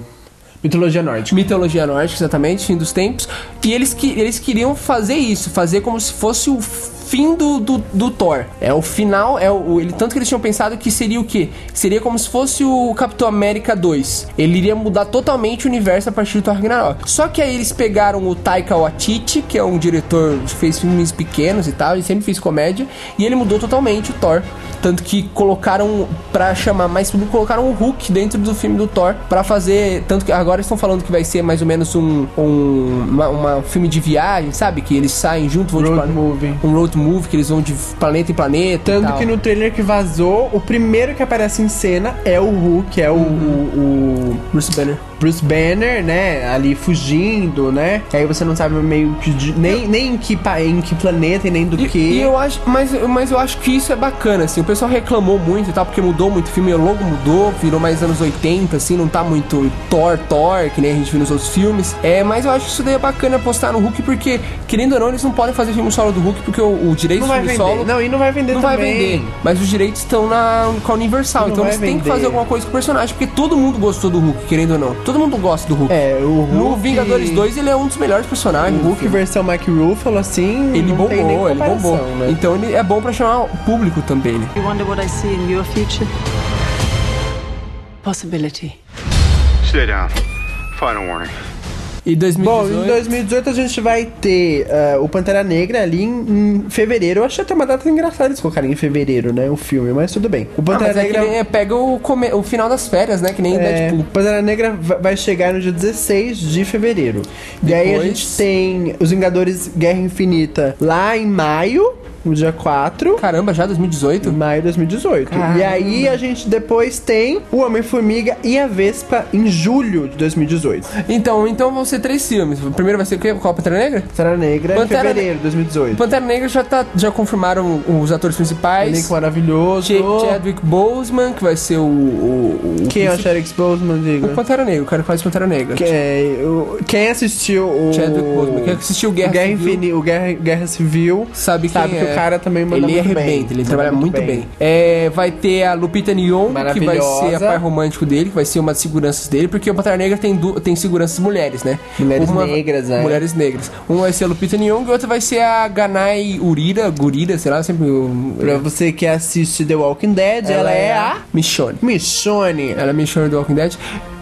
Speaker 1: Mitologia Nórdica.
Speaker 2: Mitologia nórdica, exatamente, fim dos tempos. E eles, que, eles queriam fazer isso, fazer como se fosse o fim do, do, do Thor. É o final, é o, ele tanto que eles tinham pensado que seria o quê? Seria como se fosse o Capitão América 2. Ele iria mudar totalmente o universo a partir do Thor Ragnarok. Só que aí eles pegaram o Taika Waititi, que é um diretor que fez filmes pequenos e tal, ele sempre fez comédia, e ele mudou totalmente o Thor. Tanto que colocaram, pra chamar mais público, colocaram o Hulk dentro do filme do Thor pra fazer. Tanto que agora estão falando que vai ser mais ou menos um. um uma, uma- um filme de viagem, sabe? Que eles saem junto, vão de
Speaker 1: Road
Speaker 2: plano-
Speaker 1: movie.
Speaker 2: Um road movie, que eles vão de planeta em planeta. e
Speaker 1: Tanto
Speaker 2: tal.
Speaker 1: que no trailer que vazou, o primeiro que aparece em cena é o Hulk, é o, o- o
Speaker 2: Bruce Banner.
Speaker 1: Bruce Banner, né? Ali fugindo, né? E aí você não sabe meio que de- nem, nem em, que, pa- em que planeta e nem do
Speaker 2: E,
Speaker 1: que.
Speaker 2: e eu acho, mas, mas eu acho que isso é bacana, assim. O pessoal reclamou muito e tal, porque mudou muito o filme, o logo mudou, virou mais anos 80, assim, não tá muito Thor, Thor, que nem a gente viu nos outros filmes. É, mas eu acho que isso daí é bacana postar no Hulk, porque, querendo ou não, eles não podem fazer filme solo do Hulk, porque o, o direito
Speaker 1: não
Speaker 2: do
Speaker 1: vai
Speaker 2: filme
Speaker 1: vender.
Speaker 2: solo.
Speaker 1: Não, e não vai vender
Speaker 2: Não vai
Speaker 1: também.
Speaker 2: vender, mas os direitos estão na, com a Universal,
Speaker 1: Não
Speaker 2: então
Speaker 1: vai
Speaker 2: eles têm que
Speaker 1: vender.
Speaker 2: fazer alguma coisa com o personagem, porque todo mundo gostou do Hulk, querendo ou não. Todo mundo gosta do Hulk.
Speaker 1: É, o Hulk.
Speaker 2: No Vingadores 2 ele é um dos melhores personagens.
Speaker 1: O
Speaker 2: do
Speaker 1: Hulk
Speaker 2: filme.
Speaker 1: versão Mike Ruffalo, assim.
Speaker 2: Ele
Speaker 1: não tem nem
Speaker 2: bombou, ele
Speaker 1: comparação,
Speaker 2: bombou.
Speaker 1: Né?
Speaker 2: Então ele é bom pra chamar o público também, né?
Speaker 3: You wonder what I see in your future? Possibility.
Speaker 4: Stay down. Final warning.
Speaker 2: E
Speaker 1: Bom,
Speaker 2: 2018...
Speaker 1: em 2018 a gente vai ter ah, o Pantera Negra ali em, em fevereiro. Eu achei até uma data engraçada eles colocarem em fevereiro, né? O filme, mas tudo bem. O
Speaker 2: Ah,
Speaker 1: Pantera
Speaker 2: mas é que
Speaker 1: Negra. um-
Speaker 2: nem- é, pega o, come- o final das férias, né? Que
Speaker 1: É,
Speaker 2: nem Deadpool.
Speaker 1: Pantera Negra va- vai chegar no dia 16 de fevereiro. E aí a
Speaker 2: Depois-
Speaker 1: gente tem os Vingadores Guerra Infinita lá em maio, no dia 4.
Speaker 2: Caramba, já 2018?
Speaker 1: Maio de 2018. E aí a gente depois tem o Homem-Formiga e a Vespa em julho de 2018.
Speaker 2: Então, então vão ser três filmes. O primeiro vai ser o quê? Qual? Pantera Negra?
Speaker 1: Pantera Negra
Speaker 2: Pantera
Speaker 1: em fevereiro de 2018.
Speaker 2: Pantera Negra já, tá, já confirmaram os atores principais.
Speaker 1: Elenco maravilhoso.
Speaker 2: Ch- Chadwick Boseman, que vai ser o... o, o
Speaker 1: Quem é o
Speaker 2: principal-
Speaker 1: Sherrick Boseman, diga?
Speaker 2: O Pantera Negra, o cara que faz Pantera Negra.
Speaker 1: Quem, o- quem assistiu o...
Speaker 2: Chadwick Boseman. Quem assistiu Guerra
Speaker 1: o Guerra
Speaker 2: Civil.
Speaker 1: Infini- o Guerra, Guerra Civil
Speaker 2: Sabe,
Speaker 1: Sabe
Speaker 2: quem
Speaker 1: que
Speaker 2: é.
Speaker 1: o cara também manda
Speaker 2: Ele
Speaker 1: muito bem.
Speaker 2: arrebenta, ele
Speaker 1: Manda
Speaker 2: trabalha muito
Speaker 1: muito
Speaker 2: bem.
Speaker 1: bem.
Speaker 2: É, vai ter a Lupita Nyong'o, que vai ser a
Speaker 1: Maravilhosa.
Speaker 2: par romântico dele, que vai ser uma das seguranças dele, porque o Pantera Negra tem, du- tem seguranças mulheres, né?
Speaker 1: Mulheres
Speaker 2: Uma-
Speaker 1: negras, né?
Speaker 2: Mulheres negras. Uma vai ser a Lupita Nyong'o e outra vai ser a Ganai Urira, Gurira, sei lá, sempre... o-
Speaker 1: Pra você que assiste The Walking Dead, ela, é a
Speaker 2: Michonne.
Speaker 1: Michonne.
Speaker 2: Ela é Michonne do Walking Dead.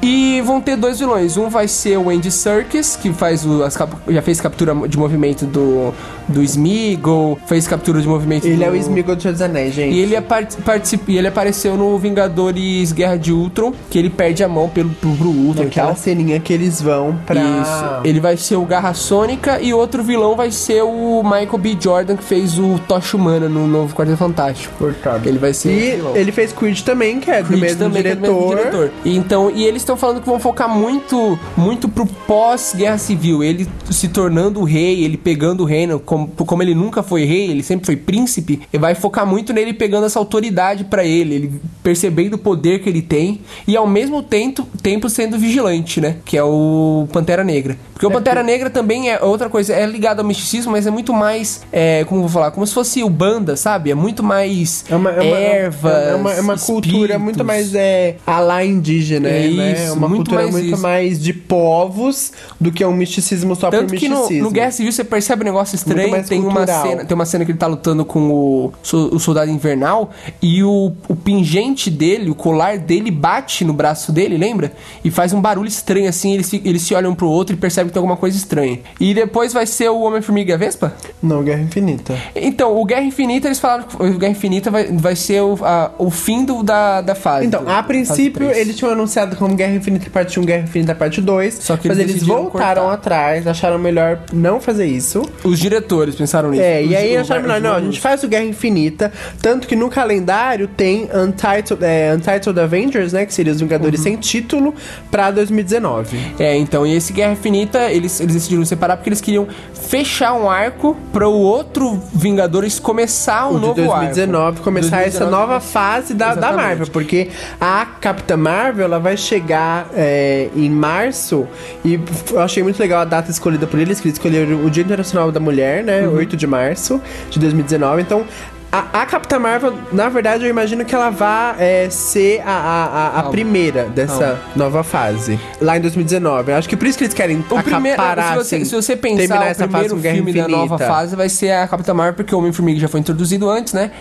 Speaker 2: E vão ter dois vilões. Um vai ser o Andy Serkis, que faz o- as cap- já fez captura de movimento do, do Smeagol, fez captura de movimento
Speaker 1: Ele
Speaker 2: do...
Speaker 1: é o Smeagol do Senhor dos Anéis, gente.
Speaker 2: E ele, apar- participa, e ele apareceu no Vingadores Guerra de Ultron, que ele perde a mão pelo, pro, pro Ultron. e
Speaker 1: Aquela
Speaker 2: tal.
Speaker 1: ceninha que eles vão pra...
Speaker 2: é Isso. Ele vai ser o Garra Sônica e outro vilão vai ser o Michael B. Jordan, que fez o Tocha Humana no novo Quarteto Fantástico.
Speaker 1: Cortado.
Speaker 2: Ele vai ser esse
Speaker 1: E
Speaker 2: vilão.
Speaker 1: ele fez Creed também, que é do
Speaker 2: Creed
Speaker 1: mesmo
Speaker 2: também, que é do mesmo
Speaker 1: diretor.
Speaker 2: diretor. E então, e eles estão falando que vão focar muito, muito pro pós-guerra civil. Ele se tornando o rei, ele pegando o reino, como, como ele nunca foi rei, ele sempre foi príncipe, e vai focar muito nele pegando essa autoridade pra ele, ele percebendo o poder que ele tem e ao mesmo tempo, tempo sendo vigilante, né? Que é o Pantera Negra. Porque o Pantera Negra também é outra coisa, é ligado ao misticismo, mas é muito mais, é, como eu vou falar, como se fosse o banda, sabe? É muito mais
Speaker 1: É uma, é uma-
Speaker 2: ervas,
Speaker 1: é uma, é uma cultura
Speaker 2: espíritos.
Speaker 1: muito mais é, a lá indígena,
Speaker 2: É
Speaker 1: né? É
Speaker 2: isso,
Speaker 1: uma
Speaker 2: muito
Speaker 1: cultura
Speaker 2: mais
Speaker 1: muito
Speaker 2: isso.
Speaker 1: mais de povos do que um misticismo só
Speaker 2: Tanto
Speaker 1: por
Speaker 2: que
Speaker 1: misticismo.
Speaker 2: no, no Guerra Civil você percebe um negócio estranho.
Speaker 1: mais
Speaker 2: Tem uma,
Speaker 1: cultural.
Speaker 2: cena, tem uma cena que ele tá lutando com o, so- o soldado invernal e o, o pingente dele, o colar dele, bate no braço dele, lembra? E faz um barulho estranho assim. Eles, fi- eles se olham um pro outro e percebem que tem alguma coisa estranha. E depois vai ser o Homem-Formiga e a Vespa?
Speaker 1: Não, Guerra Infinita.
Speaker 2: Então, o Guerra Infinita, eles falaram que o Guerra Infinita vai, vai ser o, a- o fim do, da, da fase.
Speaker 1: Então,
Speaker 2: do-
Speaker 1: a
Speaker 2: fase
Speaker 1: princípio
Speaker 2: três.
Speaker 1: eles tinham anunciado como Guerra Infinita Parte 1, Guerra Infinita Parte 2,
Speaker 2: Só que
Speaker 1: mas
Speaker 2: eles
Speaker 1: eles
Speaker 2: decidiram
Speaker 1: voltaram
Speaker 2: cortar.
Speaker 1: atrás, acharam melhor não fazer isso.
Speaker 2: Os diretores pensaram nisso.
Speaker 1: É, e
Speaker 2: Os-
Speaker 1: aí
Speaker 2: o-
Speaker 1: acharam melhor,
Speaker 2: os-
Speaker 1: não, a gente faz o Guerra Infinita, tanto que no calendário tem Untitled, é, Untitled Avengers, né, que seria os
Speaker 2: Uhum.
Speaker 1: Vingadores sem título, pra 2019.
Speaker 2: É, então, e esse Guerra Infinita, eles, eles decidiram separar porque eles queriam fechar um arco para o outro Vingadores começar um
Speaker 1: o de
Speaker 2: novo arco.
Speaker 1: 2019 começar essa
Speaker 2: 2019
Speaker 1: nova fase da, da
Speaker 2: Exatamente.
Speaker 1: Marvel, porque a Capitã Marvel ela vai chegar é, em março e f- eu achei muito legal a data escolhida por eles, que eles escolheram o Dia Internacional da Mulher, né,
Speaker 2: Uhum.
Speaker 1: 8 de março de 2019. Então a, a Capitã Marvel, na verdade, eu imagino que ela vá é, ser a, a- a- a
Speaker 2: Calma.
Speaker 1: primeira dessa
Speaker 2: Calma.
Speaker 1: nova fase lá em 2019. 2019. Eu Acho que por isso que eles querem
Speaker 2: O primeiro,
Speaker 1: acaparar,
Speaker 2: se você,
Speaker 1: assim,
Speaker 2: se você
Speaker 1: terminar
Speaker 2: pensar, o
Speaker 1: essa fase
Speaker 2: primeiro
Speaker 1: com Guerra
Speaker 2: filme da nova
Speaker 1: Infinita.
Speaker 2: fase vai ser a Capitã Marvel, porque o Homem-Formiga já foi introduzido antes, né?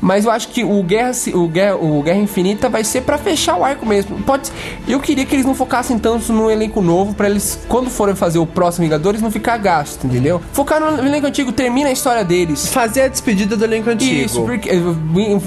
Speaker 2: Mas eu acho que o Guerra, Ci- o Guerra, o Guerra Infinita vai ser pra fechar o arco mesmo. Pode, eu queria que eles não focassem tanto no elenco novo, pra eles, quando forem fazer o próximo Vingadores, não ficar gasto, entendeu? Focar no elenco antigo, termina a história deles.
Speaker 1: Fazer a despedida do elenco antigo. antigo.
Speaker 2: Isso, porque eh,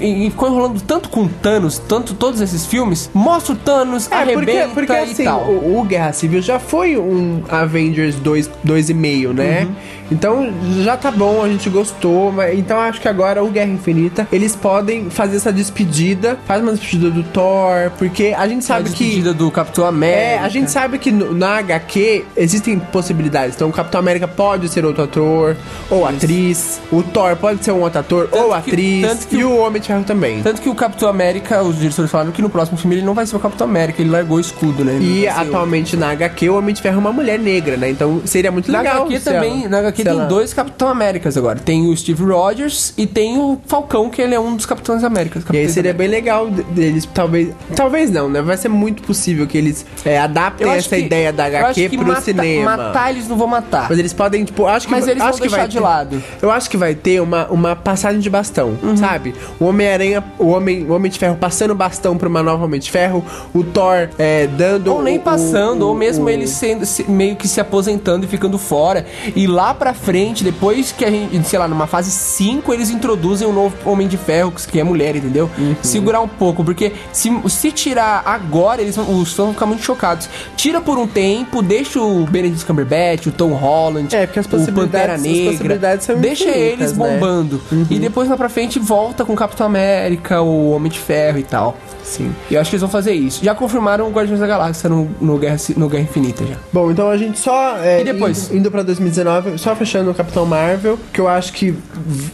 Speaker 2: e- e, e ficou enrolando tanto com Thanos, tanto todos esses filmes, mostra o Thanos,
Speaker 1: É, porque,
Speaker 2: arrebenta
Speaker 1: porque
Speaker 2: e
Speaker 1: assim,
Speaker 2: tal.
Speaker 1: o, o Guerra Civil já foi um Avengers 2 2,5, né?
Speaker 2: Uhum.
Speaker 1: Então já tá bom, a gente gostou, mas então acho que agora o Guerra Infinita, eles podem fazer essa despedida, faz uma despedida do Thor, porque a gente
Speaker 2: a
Speaker 1: sabe que
Speaker 2: despedida do Capitão América.
Speaker 1: é, a gente sabe que no- na HQ existem possibilidades. Então, o Capitão América pode ser outro ator ou atriz. O Thor pode ser um outro ator ou
Speaker 2: que-
Speaker 1: atriz.
Speaker 2: tanto que
Speaker 1: e
Speaker 2: o-
Speaker 1: o Homem de Ferro também.
Speaker 2: Tanto que o Capitão América, os diretores falaram que no próximo filme ele não vai ser o Capitão América, ele largou o escudo, né? Ele não
Speaker 1: E
Speaker 2: vai ser o-
Speaker 1: atualmente na HQ, o Homem de Ferro é uma mulher negra, né? Então seria muito
Speaker 2: Na
Speaker 1: legal.
Speaker 2: HQ
Speaker 1: se
Speaker 2: também,
Speaker 1: ela-
Speaker 2: na HQ
Speaker 1: se
Speaker 2: tem
Speaker 1: ela-
Speaker 2: dois Capitão Américas agora. Tem o Steve Rogers e tem o Falcão, que ele é um dos Capitães Américas.
Speaker 1: E aí
Speaker 2: Capitães
Speaker 1: seria
Speaker 2: Américas.
Speaker 1: bem legal de- deles, talvez. Talvez não, né? Vai ser muito possível que eles é, adaptem
Speaker 2: Eu acho
Speaker 1: essa
Speaker 2: que-
Speaker 1: ideia da
Speaker 2: eu acho
Speaker 1: HQ
Speaker 2: que
Speaker 1: pro
Speaker 2: mata-
Speaker 1: cinema.
Speaker 2: Matar eles não vão matar.
Speaker 1: Mas eles podem, tipo, acho que
Speaker 2: Mas eles
Speaker 1: acho
Speaker 2: vão
Speaker 1: que vai
Speaker 2: deixar de
Speaker 1: ter-
Speaker 2: lado. Uhum.
Speaker 1: Eu acho que vai ter uma, uma passagem de bastão, sabe? O Homem-Aranha, o Homem, o Homem de Ferro passando o bastão pra uma nova Homem de Ferro, o Thor é, dando.
Speaker 2: Ou nem
Speaker 1: o-
Speaker 2: passando,
Speaker 1: o-
Speaker 2: ou mesmo
Speaker 1: o-
Speaker 2: ele sendo se- meio que se aposentando e ficando fora. E lá pra frente, depois que a gente, sei lá, numa fase 5, eles introduzem o novo Homem de Ferro, que que é mulher, entendeu?
Speaker 1: Uhum.
Speaker 2: Segurar um pouco, porque se, se tirar agora, eles vão, os fãs vão ficar muito chocados. Tira por um tempo, deixa o Benedict Cumberbatch, o Tom Holland,
Speaker 1: É, porque as
Speaker 2: o Pantera
Speaker 1: possibilidades- as
Speaker 2: Negra.
Speaker 1: possibilidades são
Speaker 2: deixa
Speaker 1: infinitas,
Speaker 2: eles
Speaker 1: né?
Speaker 2: bombando. E depois lá pra frente volta com o Capitão América, o Homem de Ferro e tal.
Speaker 1: Sim.
Speaker 2: E eu acho que eles vão fazer isso. Já confirmaram o Guardiões da Galáxia no, no, Guerra, Ci- no Guerra Infinita já.
Speaker 1: Bom, então a gente só. é,
Speaker 2: E depois?
Speaker 1: Indo, indo pra 2019, só fechando o Capitão Marvel, que eu acho que.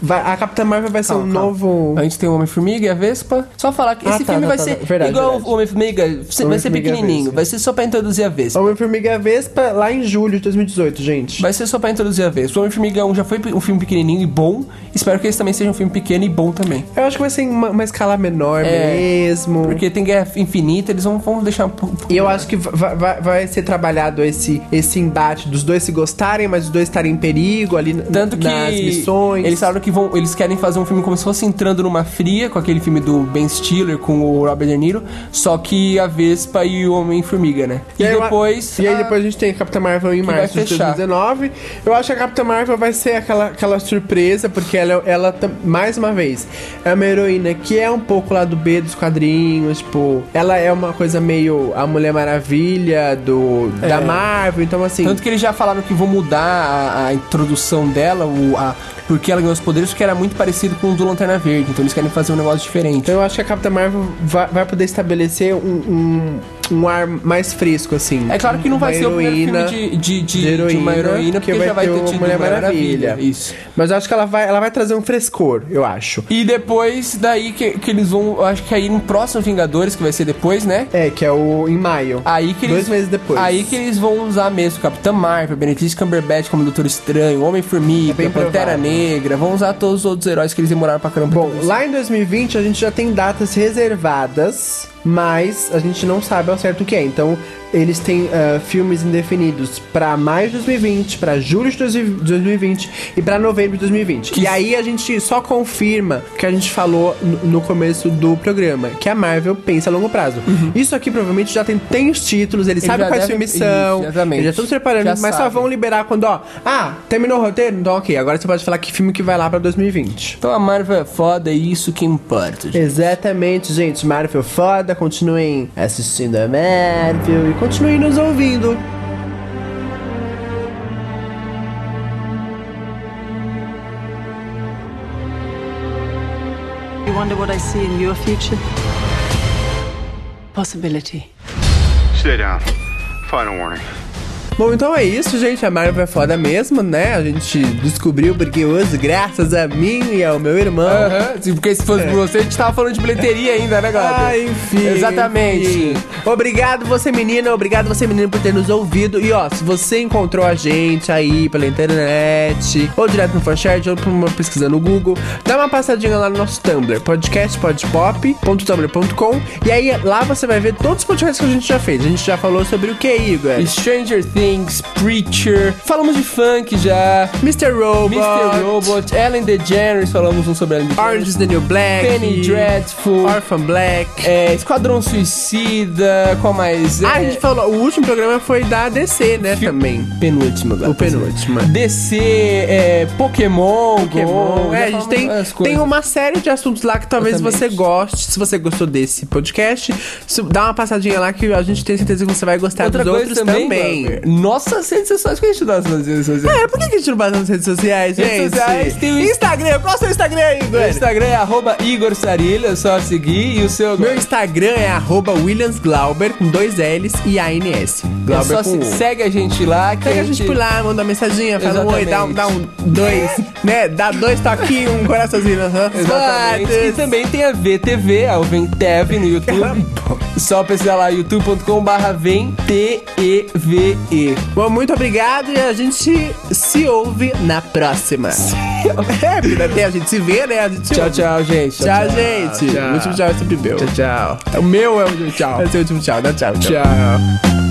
Speaker 1: vai- a Capitã Marvel vai ser
Speaker 2: Calma,
Speaker 1: um
Speaker 2: calma. É.
Speaker 1: novo.
Speaker 2: Antes tem o Homem-Formiga e a Vespa. Só falar que
Speaker 1: Ah,
Speaker 2: esse
Speaker 1: tá,
Speaker 2: filme
Speaker 1: tá,
Speaker 2: vai
Speaker 1: tá,
Speaker 2: ser
Speaker 1: tá. Verdade,
Speaker 2: igual
Speaker 1: verdade.
Speaker 2: o Homem-Formiga, se- vai ser
Speaker 1: Homem-Formiga e a
Speaker 2: pequenininho.
Speaker 1: Vespa.
Speaker 2: Vai ser só pra introduzir a Vespa.
Speaker 1: Homem-Formiga e a Vespa lá em julho de 2018, gente.
Speaker 2: Vai ser só pra introduzir a Vespa. O Homem-Formiga 1 já foi um filme pequenininho e bom. Espero que esse também seja um filme pequeno e bom também.
Speaker 1: Eu acho que vai ser em uma, uma escala menor
Speaker 2: É,
Speaker 1: mesmo.
Speaker 2: Porque tem Guerra Infinita, eles vão, vão deixar um pouco...
Speaker 1: E eu acho que vai, vai- vai ser trabalhado esse, esse embate dos dois se gostarem, mas os dois estarem em perigo ali n-
Speaker 2: Tanto que
Speaker 1: nas missões.
Speaker 2: eles falaram que vão, eles querem fazer um filme como se fosse entrando numa fria, com aquele filme do Ben Stiller com o Robert De Niro, só que a Vespa e o Homem-Formiga, né? E,
Speaker 1: aí eu a-
Speaker 2: depois
Speaker 1: E aí
Speaker 2: a-
Speaker 1: depois a gente tem a Capitã Marvel em
Speaker 2: vai
Speaker 1: março de
Speaker 2: fechar.
Speaker 1: 2019. Eu acho que a Capitã Marvel vai ser aquela, aquela surpresa, porque ela, ela, tam- mais uma vez, é uma heroína que é um pouco lá do B dos quadrinhos, tipo, ela é uma coisa meio a Mulher Maravilha do, da Marvel, então assim.
Speaker 2: É. Ah, tanto que eles já falaram que vão mudar a, a introdução dela, o, a, porque ela ganhou os poderes, porque era muito parecido com o do Lanterna Verde, então eles querem fazer um negócio diferente.
Speaker 1: Então eu acho que a Capitã Marvel vai, vai poder estabelecer um, um, um ar mais fresco, assim.
Speaker 2: É claro que não
Speaker 1: Uma
Speaker 2: vai ser o primeiro
Speaker 1: heroína-
Speaker 2: filme de, de,
Speaker 1: de
Speaker 2: de, de uma
Speaker 1: heroína,
Speaker 2: heroína,
Speaker 1: que
Speaker 2: porque
Speaker 1: vai
Speaker 2: já vai
Speaker 1: ter
Speaker 2: ter
Speaker 1: o
Speaker 2: tido
Speaker 1: Mulher
Speaker 2: Mulher Maravilha.
Speaker 1: Maravilha.
Speaker 2: Isso.
Speaker 1: Mas eu acho que ela vai, ela vai trazer um frescor, eu acho.
Speaker 2: E depois daí que, que eles vão, eu acho que aí no próximo Vingadores, que vai ser depois, né?
Speaker 1: É, que é o em maio.
Speaker 2: Aí que eles,
Speaker 1: Dois meses depois.
Speaker 2: Aí que eles vão usar mesmo Capitã Marvel, Benedict Cumberbatch como Doutor Estranho,
Speaker 1: É
Speaker 2: Homem-Formiga,
Speaker 1: bem
Speaker 2: Pantera
Speaker 1: provável.
Speaker 2: Negra. Vão usar todos os outros heróis que eles demoraram pra caramba.
Speaker 1: Bom, lá em 2020 a gente já tem datas reservadas, mas a gente não sabe ao certo o que é. Então, eles têm ah, filmes indefinidos pra maio de 2020, pra julho de 2020 e pra novembro de 2020. E aí a gente só confirma o que a gente falou no no começo do programa, que a Marvel pensa a longo prazo. Isso aqui provavelmente já tem, tem os títulos, eles sabem
Speaker 2: Uhum. já
Speaker 1: quais
Speaker 2: devem-
Speaker 1: filmes são,
Speaker 2: Isso, exatamente.
Speaker 1: eles já estão se preparando,
Speaker 2: Já
Speaker 1: mas só
Speaker 2: sabem.
Speaker 1: vão liberar quando, ó, ah, terminou o roteiro? Então ok, agora você pode falar que filme que vai lá pra 2020.
Speaker 2: Então a Marvel é foda e isso que importa. gente.
Speaker 1: Exatamente, gente. Marvel foda. Continuem assistindo a Marvel e continuem nos ouvindo.
Speaker 3: You wonder what I see in your future? Possibility.
Speaker 4: Stay down. Final warning.
Speaker 1: Bom, então é isso, gente. A Marvel é foda mesmo, né? A gente descobriu porque hoje, graças a mim e ao meu irmão.
Speaker 2: Aham, se- porque se fosse por você, a gente tava falando de bilheteria ainda, né, galera?
Speaker 1: É. Ah, enfim.
Speaker 2: Exatamente.
Speaker 1: enfim. Obrigado você, menina. Obrigado você, menino, por ter nos ouvido. E ó, se você encontrou a gente aí pela internet, ou direto no ForShare, ou por uma pesquisa no Google, dá uma passadinha lá no nosso Tumblr, podcastpodpop.tumblr.com. E aí lá você vai ver todos os podcasts que a gente já fez. A gente já falou sobre o que, Igor?
Speaker 2: Stranger Things, Preacher. Falamos de funk já.
Speaker 1: Mr. Robot.
Speaker 2: Mr. Robot, Ellen DeGeneres, falamos um sobre Ellen
Speaker 1: Orange
Speaker 2: DeGeneres.
Speaker 1: is the New Black.
Speaker 2: Penny Dreadful.
Speaker 1: Orphan Black.
Speaker 2: É, Esquadrão Suicida, qual mais?
Speaker 1: Ah, a
Speaker 2: É,
Speaker 1: gente falou, o último programa foi da DC, né,
Speaker 2: fi-
Speaker 1: também.
Speaker 2: Penúltimo agora.
Speaker 1: O penúltimo.
Speaker 2: DC, é, Pokémon,
Speaker 1: Pokémon.
Speaker 2: Go, já
Speaker 1: é, a gente
Speaker 2: falamos
Speaker 1: tem,
Speaker 2: várias coisas.
Speaker 1: tem uma série de assuntos lá que talvez você
Speaker 2: Exatamente.
Speaker 1: goste. Se você gostou desse podcast, se- dá uma passadinha lá que a gente tem certeza que você vai gostar
Speaker 2: Outra
Speaker 1: dos
Speaker 2: coisa
Speaker 1: outros
Speaker 2: também.
Speaker 1: também.
Speaker 2: Glauber, Nossas redes sociais, por que a gente dá as nossas redes sociais?
Speaker 1: É, por que que a gente não passa nas redes sociais, gente?
Speaker 2: Redes sociais, tem o
Speaker 1: Instagram. Qual é o seu Instagram aí,
Speaker 2: Meu
Speaker 1: Igor?
Speaker 2: Instagram é arroba Igor Sarilha, é só seguir. E o seu
Speaker 1: Meu Instagram é arroba WilliamsGlauber com dois L's e ANS.
Speaker 2: é
Speaker 1: Glauber
Speaker 2: só
Speaker 1: com
Speaker 2: se-
Speaker 1: U.
Speaker 2: segue a gente lá. Que
Speaker 1: Pega a gente por lá, manda uma mensaginha, fala um oi, dá um, dá um dois, né? Dá dois toquinhos, um coraçãozinho. aham.
Speaker 2: Exatamente. E também tem a VTV, a VemTev no YouTube. Só pesquisar lá youtube.com/barra VemTEVE.
Speaker 1: Bom, muito obrigado e a gente se ouve na próxima. É, porque até a gente se vê, né? A gente se
Speaker 2: Tchau,
Speaker 1: ouve.
Speaker 2: tchau, gente.
Speaker 1: Tchau, gente.
Speaker 2: Tchau.
Speaker 1: O último tchau é sempre meu.
Speaker 2: Tchau, tchau.
Speaker 1: O meu é o último tchau. Esse é o último tchau. Dá tchau.
Speaker 2: Tchau.